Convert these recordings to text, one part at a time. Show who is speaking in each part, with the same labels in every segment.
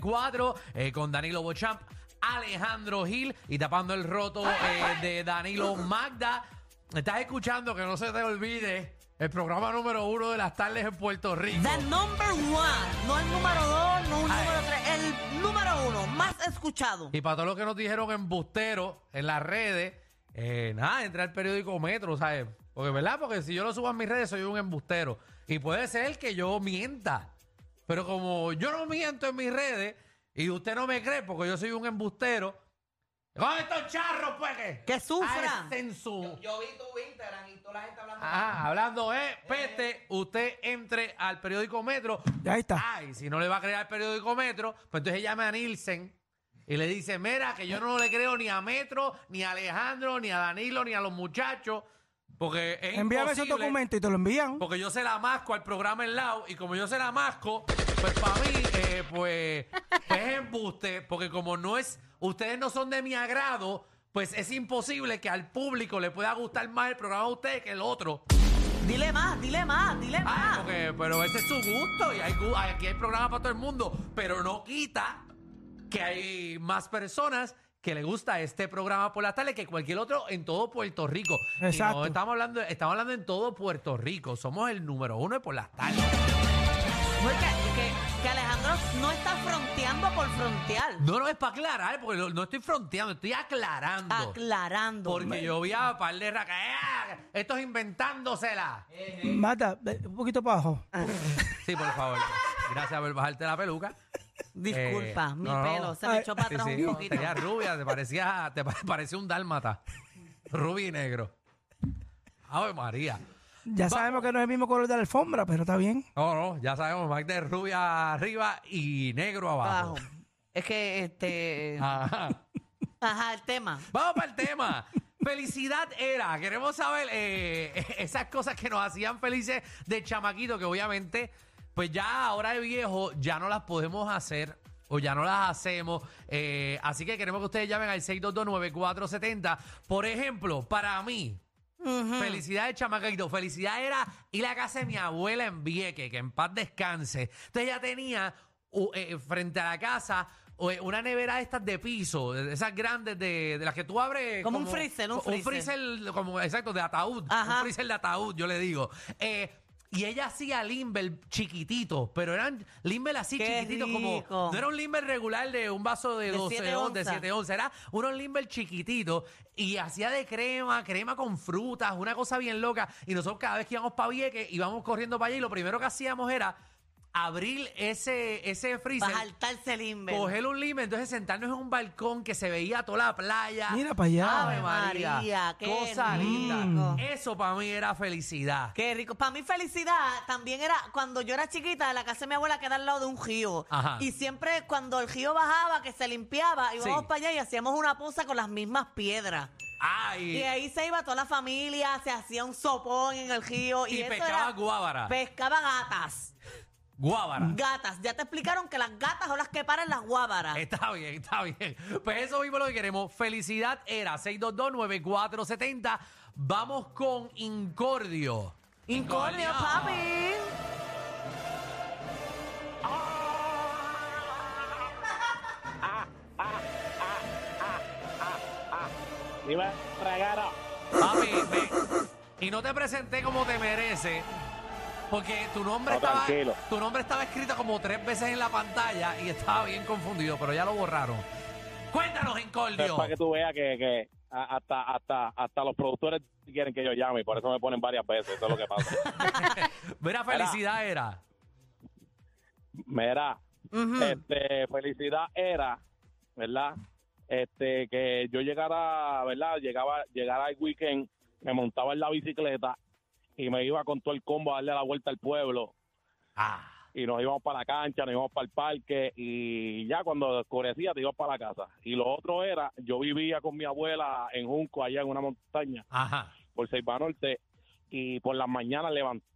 Speaker 1: 94 eh, con Danilo Bochamp, Alejandro Gil y tapando el roto eh, de Danilo Magda. Estás escuchando, que no se te olvide, el programa número uno de las tardes en Puerto Rico.
Speaker 2: The number one, no el número dos, no el
Speaker 1: Ay.
Speaker 2: número tres, el número uno, más escuchado.
Speaker 1: Y para todos los que nos dijeron embustero en las redes, eh, nada, entra al periódico Metro, ¿sabes? Porque, ¿verdad? Porque si yo lo subo a mis redes, soy un embustero. Y puede ser que yo mienta. Pero como yo no miento en mis redes y usted no me cree porque yo soy un embustero, ¡con estos charros, pues! Que,
Speaker 2: Que sufra.
Speaker 1: Ay, en su-
Speaker 3: Yo vi tu Instagram y toda la gente hablando.
Speaker 1: Ah, hablando eh, peste, usted entre al periódico Metro.
Speaker 4: Ya está.
Speaker 1: Ay, si no le va a creer al periódico Metro, pues entonces llame a Nielsen y le dice, mira, que yo no le creo ni a Metro, ni a Alejandro, ni a Danilo, ni a los muchachos, porque es
Speaker 4: Envíame esos
Speaker 1: imposible,
Speaker 4: documentos y te lo envían.
Speaker 1: Porque yo se la masco al programa en lado y como yo se la masco, pues para mí, eh, pues es embuste, porque como no es, ustedes no son de mi agrado, pues es imposible que al público le pueda gustar más el programa de ustedes que el otro.
Speaker 2: Dile más, dile más, dile
Speaker 1: Ah,
Speaker 2: más.
Speaker 1: porque- pero ese es su gusto y hay gu- aquí hay programa para todo el mundo, pero no quita que hay más personas que le gusta este programa por la tarde que cualquier otro en todo Puerto Rico. Y no
Speaker 4: Exacto.
Speaker 1: estamos hablando, estamos hablando en todo Puerto Rico. Somos el número uno de por las tardes.
Speaker 2: No, es que, que- que Alejandro no está fronteando por frontear,
Speaker 1: No, no es para aclarar, eh, porque lo- no estoy fronteando, estoy aclarando.
Speaker 2: aclarando.
Speaker 1: porque yo vi a par de raca. ¡Ah! Estos inventándosela.
Speaker 4: Mata, ve, un poquito para abajo.
Speaker 1: Sí, por favor. Gracias por bajarte la peluca.
Speaker 2: Disculpa,
Speaker 1: Eh,
Speaker 2: mi
Speaker 1: no, no.
Speaker 2: pelo se me
Speaker 4: Ay,
Speaker 2: echó para
Speaker 1: Sí,
Speaker 2: atrás
Speaker 1: sí,
Speaker 2: un
Speaker 1: no,
Speaker 2: poquito.
Speaker 1: te veías rubia, te parecía, te pa- parecía un dálmata. Rubio y negro. Ave María.
Speaker 4: Ya sabemos que no es el mismo color de la alfombra, pero está bien.
Speaker 1: No, no, ya sabemos, Magda es rubia arriba y negro abajo.
Speaker 2: Abajo. Es que, este,
Speaker 1: Ajá.
Speaker 2: ajá, el tema.
Speaker 1: Vamos para el tema. Felicidad era. Queremos saber eh, esas cosas que nos hacían felices de chamaquito, que obviamente, pues ya ahora de viejo, ya no las podemos hacer o ya no las hacemos. Eh, así que queremos que ustedes llamen al 6229470. Por ejemplo, para mí, Felicidad de chamaquito. Felicidad era ir a casa de mi abuela en Vieque, que en paz descanse. Entonces ella tenía u- eh, frente a la casa u- eh, una nevera de estas de piso, de esas grandes de, de las que tú abres.
Speaker 2: Como un freezer, un
Speaker 1: Un
Speaker 2: freezer.
Speaker 1: freezer, como, exacto, de ataúd.
Speaker 2: Ajá.
Speaker 1: Un freezer de ataúd, yo le digo. Eh, y ella hacía Limber chiquitito, pero eran Limber así
Speaker 2: Qué
Speaker 1: chiquititos,
Speaker 2: rico.
Speaker 1: como. No era un Limber regular de un vaso de
Speaker 2: De
Speaker 1: 12
Speaker 2: siete
Speaker 1: on- de
Speaker 2: onzas.
Speaker 1: 7 11, era unos limber chiquititos y hacía de crema, crema con frutas, una cosa bien loca. Y nosotros cada vez que íbamos para Vieques, íbamos corriendo para allá y lo primero que hacíamos era abrir ese, ese freezer,
Speaker 2: Para saltarse el imber.
Speaker 1: coger un limber, entonces sentarnos en un balcón que se veía toda la playa.
Speaker 4: Mira para allá. Mm.
Speaker 1: Ave María,
Speaker 2: María, qué
Speaker 1: cosa
Speaker 2: rico.
Speaker 1: linda. Eso para mí era felicidad.
Speaker 2: Qué rico. Para mí felicidad también era cuando yo era chiquita, la casa de mi abuela queda al lado de un río.
Speaker 1: Ajá.
Speaker 2: Y siempre cuando el río bajaba, que se limpiaba, íbamos
Speaker 1: Sí.
Speaker 2: para allá y hacíamos una poza con las mismas piedras.
Speaker 1: Ay,
Speaker 2: Y ahí se iba toda la familia, se hacía un sopón en el río. Y,
Speaker 1: Y
Speaker 2: eso
Speaker 1: pescaba
Speaker 2: era-
Speaker 1: guábara.
Speaker 2: Pescaba gatas.
Speaker 1: guábara.
Speaker 2: Gatas. Ya te explicaron que las gatas son las que paran las guábaras.
Speaker 1: Está bien, está bien. Pues eso mismo es lo que queremos. Felicidad era 622-9470. Vamos con Incordio.
Speaker 2: Incordio, papi.
Speaker 5: Dime, regalo.
Speaker 1: Papi, ve. y no te presenté como te merece. Porque tu nombre,
Speaker 5: No,
Speaker 1: estaba,
Speaker 5: tranquilo.
Speaker 1: tu nombre estaba escrito como tres veces en la pantalla y estaba bien confundido, pero ya lo borraron. Cuéntanos,
Speaker 5: Es
Speaker 1: Incordio.
Speaker 5: Pues, para que tú veas que, que a- hasta, hasta, hasta los productores quieren que yo llame y por eso me ponen varias veces. Eso es lo que pasa.
Speaker 1: Mira, felicidad era.
Speaker 5: Mira,
Speaker 2: Hmm.
Speaker 5: este, felicidad era, ¿verdad? Este, que yo llegara, ¿verdad? Llegaba, llegara el weekend, me montaba en la bicicleta y me iba con todo el combo a darle la vuelta al pueblo.
Speaker 1: Ah.
Speaker 5: Y nos íbamos para la cancha, nos íbamos para el parque y ya cuando oscurecía te ibas para la casa. Y lo otro era, yo vivía con mi abuela en Junco, allá en una montaña
Speaker 1: Ajá.
Speaker 5: por Seiba Norte y por las mañanas levantarse,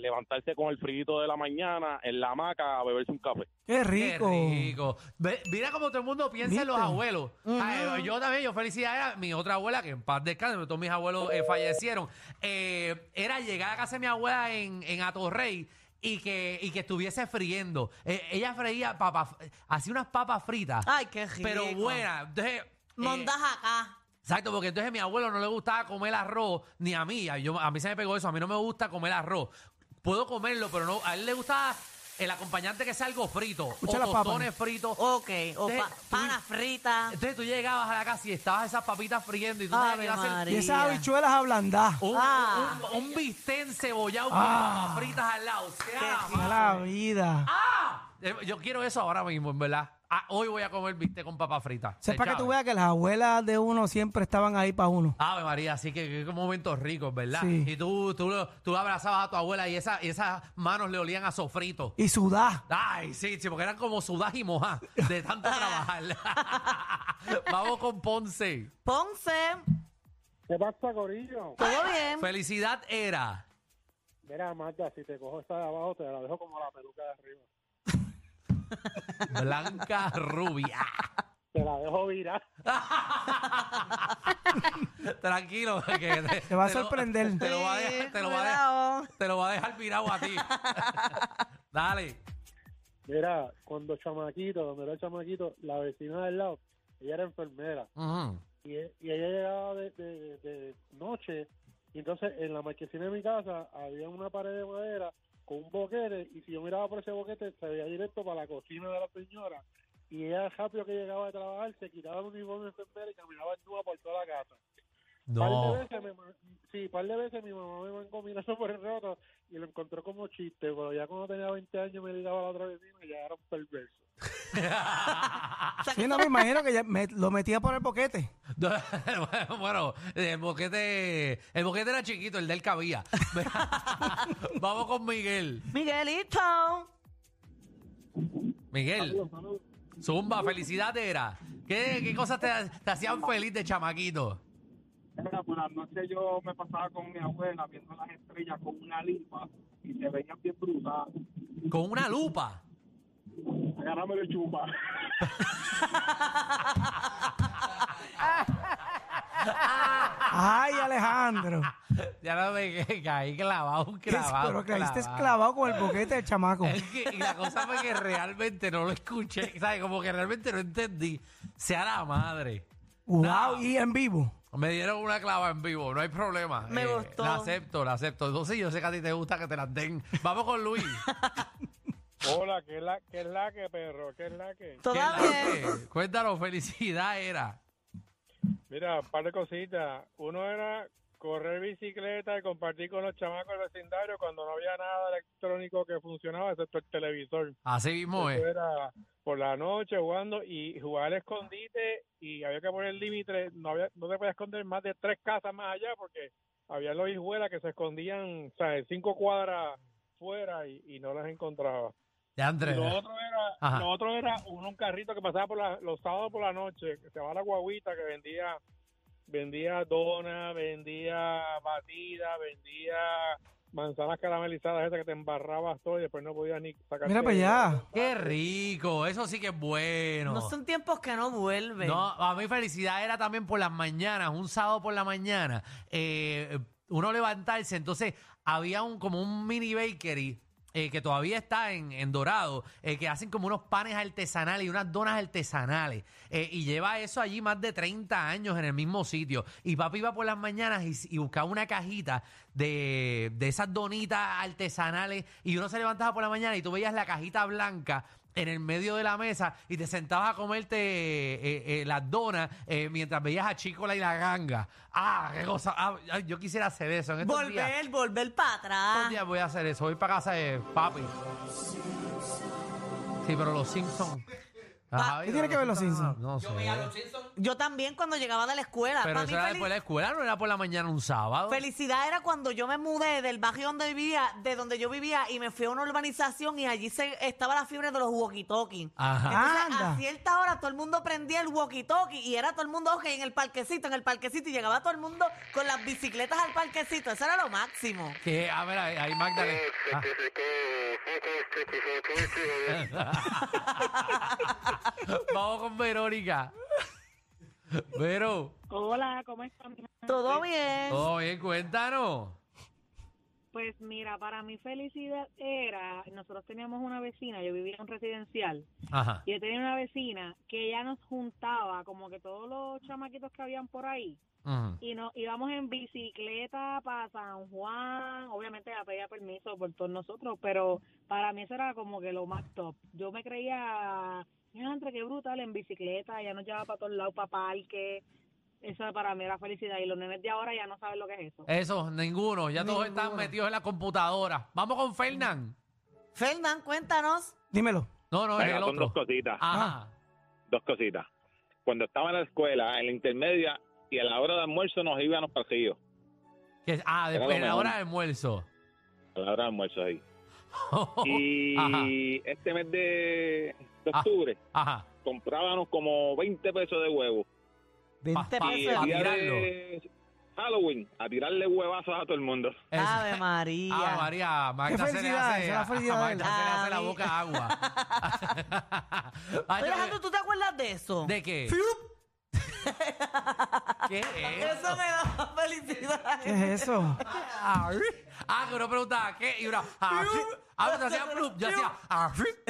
Speaker 5: levantarse con el frío de la mañana en la hamaca a beberse un café.
Speaker 4: Qué
Speaker 1: Qué
Speaker 4: rico.
Speaker 1: rico. Ve- Mira como todo el mundo piensa en los
Speaker 4: ¿Viste?
Speaker 1: abuelos. Ay, yo también, yo felicidad a mi otra abuela, que en paz descanse, pero todos mis abuelos eh, fallecieron. Eh, era llegar a casa de mi abuela en, en Atorrey y que, y que estuviese friendo. Eh, ella freía papas, hacía unas papas fritas,
Speaker 2: Ay, qué rico.
Speaker 1: pero buenas. Entonces, eh,
Speaker 2: Mondas acá.
Speaker 1: Exacto, porque entonces a mi abuelo no le gustaba comer arroz, ni a mí. A, yo- a mí se me pegó eso, a mí no me gusta comer arroz. Puedo comerlo, pero no, a él le gusta el acompañante que sea algo frito,
Speaker 4: Escucha
Speaker 1: o
Speaker 4: las papas.
Speaker 1: tostones fritos.
Speaker 2: Ok, o
Speaker 1: Entonces,
Speaker 2: pa-
Speaker 1: tú-
Speaker 2: panas fritas.
Speaker 1: Entonces tú llegabas a la casa y estabas esas papitas friendo y tú sabes
Speaker 2: Ave
Speaker 1: que iba a ser
Speaker 2: María.
Speaker 4: Y esas habichuelas ablandadas.
Speaker 1: un,
Speaker 2: Ah.
Speaker 1: un, un bistec encebollado
Speaker 4: Ah.
Speaker 1: con papas fritas al lado. O sea,
Speaker 2: Qué
Speaker 4: A
Speaker 1: ma-
Speaker 4: la vida.
Speaker 1: Eh, Yo quiero eso ahora mismo, en verdad. Ah, hoy voy a comer bistec con papas fritas.
Speaker 4: Es para que tú
Speaker 1: Chávez.
Speaker 4: veas que las abuelas de uno siempre estaban ahí para uno.
Speaker 1: Ave María, así que qué momentos ricos, ¿verdad?
Speaker 4: Sí.
Speaker 1: Y tú, tú, lo- tú abrazabas a tu abuela y, esa- y esas manos le olían a sofrito.
Speaker 4: Y sudá.
Speaker 1: Ay, sí, sí, porque eran como sudadas y mojas de tanto trabajar. Vamos con Ponce.
Speaker 2: Ponce,
Speaker 6: ¿Qué pasa, Corillo?
Speaker 2: todo bien.
Speaker 1: pues, Felicidad era.
Speaker 6: Mira, Marta, si te cojo esta de abajo, te la dejo como la peluca de arriba.
Speaker 1: Blanca rubia.
Speaker 6: Te la dejo virar.
Speaker 1: Tranquilo, que te,
Speaker 4: Te va a
Speaker 1: lo-
Speaker 4: sorprender.
Speaker 1: Te lo va a dejar, te lo va a dejar,
Speaker 2: Cuidado.
Speaker 1: te lo va a dejar virado a ti. Dale.
Speaker 6: Mira, cuando chamaquito, cuando era chamaquito, la vecina del lado, ella era enfermera.
Speaker 1: Ujú.
Speaker 6: y, e- y ella llegaba de, de- de noche y entonces en la marquesina de mi casa había una pared de madera con un boquete y si yo miraba por ese boquete se veía directo para la cocina de la señora y ella rápido que llegaba de trabajar se quitaba el uniforme de enfermera y caminaba desnuda por toda la casa. Par de
Speaker 1: No.
Speaker 6: veces mi ma- sí, par de veces mi mamá me mancó mirando por el roto y lo encontró como chiste, pero ya cuando tenía 20 años me ligaba a la otra vecina y ya era un perverso.
Speaker 4: Sí, no me imagino que ya me- lo metía por el boquete.
Speaker 1: bueno, el boquete, el boquete era chiquito, el del cabía. Vamos con Miguel.
Speaker 2: Miguelito.
Speaker 1: Miguel, zumba, felicidad era. ¿Qué, qué cosas te, te hacían feliz de chamaquito?
Speaker 7: Mira, por las noches yo me pasaba con mi abuela viendo las estrellas con una limpa y se veían bien brutal.
Speaker 1: Con una lupa.
Speaker 7: Ahora me lo chupa.
Speaker 4: Ay, Alejandro.
Speaker 1: Ya no me que- caí clavado, un
Speaker 4: ¿Qué es?
Speaker 1: clavado.
Speaker 4: Pero
Speaker 1: un
Speaker 4: caíste
Speaker 1: clavado. Eh,
Speaker 4: esclavado con el boquete del chamaco.
Speaker 1: Es que- y la cosa fue que realmente no lo escuché, ¿sabes? Como que realmente no entendí. Sea la madre.
Speaker 4: Wow,
Speaker 1: No.
Speaker 4: y en vivo.
Speaker 1: Me dieron una clava en vivo, no hay problema. Eh,
Speaker 2: Me gustó.
Speaker 1: La acepto, la acepto. Entonces yo sé que a ti te gusta que te las den. Vamos con Luis.
Speaker 6: Hola, ¿qué es la, qué es la que, perro? ¿Qué es la que?
Speaker 1: ¿Qué
Speaker 2: Todo bien.
Speaker 1: late? Cuéntanos, felicidad era.
Speaker 6: Mira, un par de cositas. Uno era correr bicicleta y compartir con los chamacos del vecindario cuando no había nada electrónico que funcionaba, excepto el televisor.
Speaker 1: Así mismo es.
Speaker 6: Eso era por la noche jugando y jugar al escondite y había que poner el límite. No, había, no te podías esconder más de tres casas más allá porque había los hijuelas que se escondían, o sea, de cinco cuadras fuera y, y no las encontraba.
Speaker 1: De Andrés.
Speaker 6: Lo otro era,
Speaker 1: Ajá.
Speaker 6: lo otro era un, un carrito que pasaba por la- los sábados por la noche, que se va la guaguita que vendía vendía dona, vendía batida, vendía manzanas caramelizadas esas que te embarrabas todo y después no podías ni sacar.
Speaker 4: Mira para allá.
Speaker 1: Qué rico, eso sí que es bueno.
Speaker 2: No son tiempos que no vuelven.
Speaker 1: No, a mi felicidad era también por las mañanas, un sábado por la mañana, eh, uno levantarse, entonces había un como un mini bakery eh, que todavía está en, en Dorado, eh, que hacen como unos panes artesanales y unas donas artesanales, eh, y lleva eso allí más de 30 años en el mismo sitio. Y papi iba por las mañanas y, y buscaba una cajita de, de esas donitas artesanales, y uno se levantaba por la mañana y tú veías la cajita blanca en el medio de la mesa y te sentabas a comerte eh, eh, las donas eh, mientras veías a Chicola y la ganga. Ah, qué cosa. Ah, ay, yo quisiera hacer eso. En estos días,
Speaker 2: volver, volver para
Speaker 1: estos
Speaker 2: atrás.
Speaker 1: días voy a hacer eso. Voy para casa de papi. Sí, pero los Simpsons.
Speaker 2: Pa-
Speaker 4: ¿Qué tiene que ver los
Speaker 1: No, no
Speaker 8: Yo veía a
Speaker 1: sé.
Speaker 8: los Simpsons.
Speaker 2: Yo también cuando llegaba de la escuela.
Speaker 1: Pero
Speaker 2: Para
Speaker 1: eso
Speaker 2: mí
Speaker 1: era
Speaker 2: feliz-
Speaker 1: después de la escuela, no era por la mañana un sábado.
Speaker 2: felicidad era cuando yo me mudé del barrio donde vivía, de donde yo vivía, y me fui a una urbanización y allí se, estaba la fiebre de los walkie-talkie.
Speaker 1: Ajá.
Speaker 2: Entonces,
Speaker 4: Anda.
Speaker 2: a cierta hora todo el mundo prendía el walkie-talkie y era todo el mundo, ok, en el parquecito, en el parquecito, y llegaba todo el mundo con las bicicletas al parquecito. Eso era lo máximo.
Speaker 1: Que, a ver, ahí ahí Magda. que- ah. Vamos con Verónica. Vero,
Speaker 9: Hola, ¿cómo están?
Speaker 2: Todo bien.
Speaker 1: Oh. todo bien, cuéntanos.
Speaker 9: Pues mira, para mi felicidad era, nosotros teníamos una vecina, yo vivía en un residencial,
Speaker 1: Ajá.
Speaker 9: y yo tenía una vecina que ella nos juntaba como que todos los chamaquitos que habían por ahí,
Speaker 1: Ujú.
Speaker 9: y nos íbamos en bicicleta para San Juan, obviamente ella pedía permiso por todos nosotros, pero para mí eso era como que lo más top. Yo me creía, entre qué brutal en bicicleta, ella nos llevaba para todos lados, para parque, eso para mí era felicidad, y los nenes de ahora ya no saben lo que es eso.
Speaker 1: Eso, ninguno. Ya todos
Speaker 4: Ninguno.
Speaker 1: están metidos en la computadora. Vamos con Fernán.
Speaker 2: Fernán, cuéntanos.
Speaker 4: Dímelo.
Speaker 1: No, no, es
Speaker 5: Venga,
Speaker 1: el
Speaker 5: son dos Ah.
Speaker 1: otro. Ah.
Speaker 5: cositas,
Speaker 1: Ajá.
Speaker 5: dos cositas. Cuando estaba en la escuela, en la intermedia, y a la hora de almuerzo nos íbamos para el río.
Speaker 1: Que- ah,
Speaker 5: Era lo
Speaker 1: después de la
Speaker 5: mejor.
Speaker 1: hora de almuerzo.
Speaker 5: A la hora de almuerzo ahí. Y
Speaker 1: Oh, Ajá.
Speaker 5: este mes de, de
Speaker 1: Ah.
Speaker 5: octubre
Speaker 1: Ajá.
Speaker 5: comprábamos como 20 pesos de huevo.
Speaker 1: Pa-
Speaker 2: Te
Speaker 1: pa-
Speaker 5: Y
Speaker 2: pesos.
Speaker 5: el
Speaker 1: pa
Speaker 5: día
Speaker 1: tirarlo.
Speaker 5: de Halloween, a tirarle huevazos a todo el mundo.
Speaker 1: Eso.
Speaker 2: Ave María.
Speaker 1: Ah, María, Magda se le
Speaker 4: felicidad,
Speaker 1: hace,
Speaker 4: esa es la felicidad
Speaker 1: a
Speaker 4: de él.
Speaker 1: Magda se le hace
Speaker 2: Ah,
Speaker 1: la
Speaker 2: mi-
Speaker 1: boca agua. Ay,
Speaker 2: Oye,
Speaker 1: yo-
Speaker 2: Alejandro, ¿tú te acuerdas de eso?
Speaker 1: ¿De qué? ¿Qué es?
Speaker 2: Eso me da felicidad.
Speaker 4: ¿Qué es eso?
Speaker 1: Ah, que uno preguntaba qué y una... Ah, pues yo hacía plup, yo hacía... ah,
Speaker 2: Eso,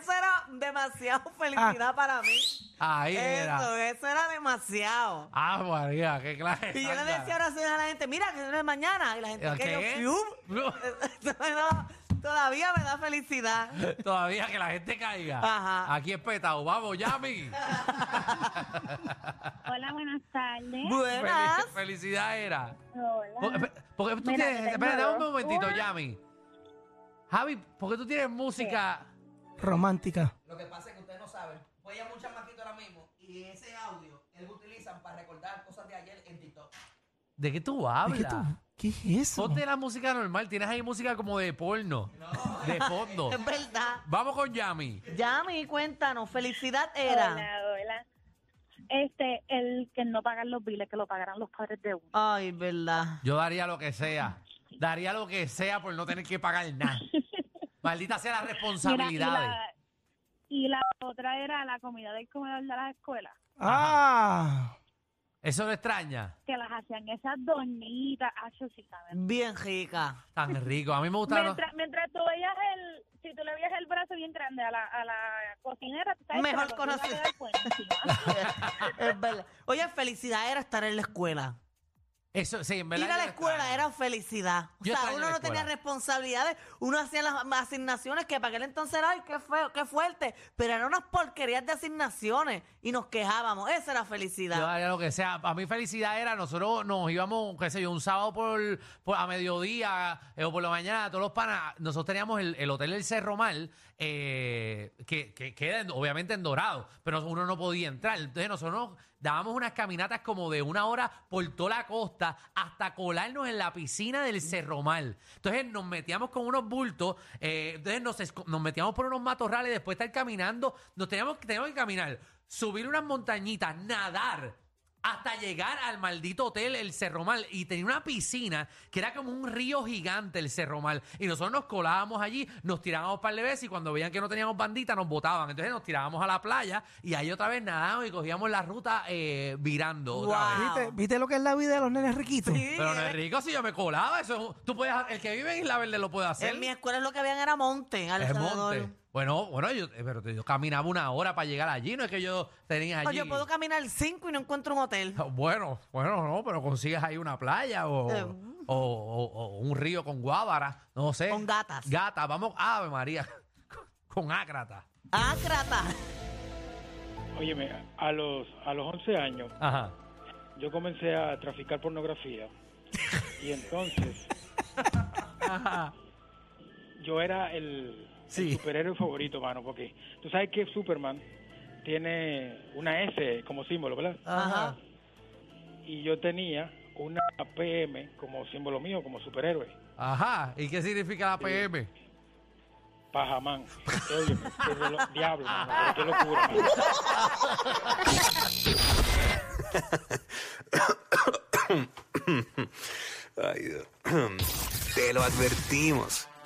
Speaker 2: eso era
Speaker 4: Ah.
Speaker 2: demasiado felicidad para mí.
Speaker 1: Ahí
Speaker 2: Eso,
Speaker 1: era.
Speaker 2: eso era demasiado.
Speaker 1: Ah, María, qué clase.
Speaker 2: Y yo le decía oraciones a la gente, mira, que no es mañana. Y la gente, que yo,
Speaker 1: ¿Qué?
Speaker 2: "Fiu". Eso me da- todavía me da felicidad.
Speaker 1: Todavía que la gente caiga.
Speaker 2: Ajá.
Speaker 1: Aquí es petado. Vamos, Yami.
Speaker 9: Hola, buenas tardes.
Speaker 2: Buenas.
Speaker 1: Fel- Felicidad era.
Speaker 9: Hola.
Speaker 1: Porque, porque tú
Speaker 9: Mira,
Speaker 1: tienes.
Speaker 9: tengo
Speaker 1: Espera, dame un
Speaker 9: dos.
Speaker 1: momentito,
Speaker 9: Una.
Speaker 1: Yami. Javi, ¿por qué tú tienes música?
Speaker 4: Romántica.
Speaker 3: Lo que pasa es que ustedes no saben. Voy a llamar un chamaquito ahora mismo y ese audio ellos utilizan para recordar cosas de ayer en TikTok.
Speaker 1: ¿De qué tú
Speaker 4: ¿De
Speaker 1: hablas?
Speaker 4: qué, tú- ¿Qué es eso?
Speaker 1: Ponte la música normal. Tienes ahí música como de porno. De fondo.
Speaker 2: Es verdad.
Speaker 1: Vamos con Yami.
Speaker 2: Yami, cuéntanos, felicidad era.
Speaker 9: Hola, hola. Este, el que no pagan los biles, que lo pagaran los padres de uno.
Speaker 2: Ay, verdad.
Speaker 1: Yo daría lo que sea. Daría lo que sea por no tener que pagar nada. Maldita sea las
Speaker 9: Mira, y,
Speaker 1: responsabilidades.
Speaker 9: la, y la otra era la comida del comedor de las escuelas,
Speaker 4: Ah,
Speaker 1: Eso lo extraña.
Speaker 9: que las hacían esas donitas, eso sí saben.
Speaker 2: Bien rica.
Speaker 1: Tan rico. A mí me gusta.
Speaker 9: Mientras, mientras tú veías el, si tú le veías el brazo bien grande a la, a la cocinera, tú sabes que
Speaker 2: Mejor
Speaker 9: la cocinera
Speaker 2: conocida.
Speaker 9: le da el cuento encima.
Speaker 2: es verdad. Oye, felicidad era estar en la escuela.
Speaker 1: Eso, sí, en verdad.
Speaker 2: Ir a
Speaker 1: yo
Speaker 2: la
Speaker 1: lo
Speaker 2: escuela
Speaker 1: extraño.
Speaker 2: era felicidad. O
Speaker 1: Yo
Speaker 2: sea,
Speaker 1: extraño
Speaker 2: uno
Speaker 1: la
Speaker 2: no tenía
Speaker 1: escuela.
Speaker 2: responsabilidades, uno hacía las asignaciones que para aquel entonces era, ay, qué feo, qué fuerte, pero eran unas porquerías de asignaciones y nos quejábamos. Esa era
Speaker 1: Yo
Speaker 2: felicidad.
Speaker 1: daría lo que sea. A mi felicidad era, nosotros nos íbamos, qué sé yo, un sábado por, por- a mediodía eh, o por la mañana, todos los panas. Nosotros teníamos el, el hotel El Cerro Mal, eh, que, que queda en- obviamente en Dorado, pero uno no podía entrar. Entonces nosotros nos dábamos unas caminatas como de una hora por toda la costa hasta colarnos en la piscina del Cerro Mal. Entonces nos metíamos con unos bultos, eh, entonces nos, esco- nos metíamos por unos matorrales, después estar caminando, nos teníamos, que- teníamos que caminar, subir unas montañitas, nadar hasta llegar al maldito hotel El Cerro Mal y tenía una piscina que era como un río gigante el Cerro Mal y nosotros nos colábamos allí, nos tirábamos un par de veces y cuando veían que no teníamos bandita nos botaban, entonces nos tirábamos a la playa y ahí otra vez nadábamos y cogíamos la ruta eh, virando otra
Speaker 2: Guau.
Speaker 1: vez.
Speaker 4: Ah. ¿viste, viste lo que es la vida de los nenes riquitos?
Speaker 2: Sí,
Speaker 1: Pero no
Speaker 2: eh,
Speaker 1: es rico si yo me colaba, eso es un- tú puedes, el que vive en Isla Verde lo puede hacer.
Speaker 2: en mi escuela lo que habían era monte
Speaker 1: Es
Speaker 2: alrededor.
Speaker 1: monte. Bueno, bueno, yo, eh, pero yo caminaba una hora para llegar allí, no es que yo tenía
Speaker 2: No,
Speaker 1: allí.
Speaker 2: Pues Yo puedo caminar cinco y no encuentro un hotel.
Speaker 1: Bueno, bueno, no, pero consigues ahí una playa o,
Speaker 2: Eh.
Speaker 1: o- o- o un río con guávara, no sé.
Speaker 2: Con gatas.
Speaker 1: Gata, vamos, Ave María, con ácrata.
Speaker 2: Ah, Ácrata.
Speaker 6: Óyeme, a los, a los 11 años
Speaker 1: Ajá.
Speaker 6: yo comencé a traficar pornografía. Y entonces yo era el, el
Speaker 1: Sí.
Speaker 6: superhéroe favorito, mano, porque tú sabes que Superman tiene una S como símbolo, ¿verdad?
Speaker 2: Ajá.
Speaker 6: Y yo tenía una PM como símbolo mío, como superhéroe,
Speaker 1: Ajá. ¿Y qué significa la PM?
Speaker 6: Pajamán. Óyeme, qué dolo- diablo, mano, pero qué locura, mano.
Speaker 10: Ay, Dios. Te lo advertimos.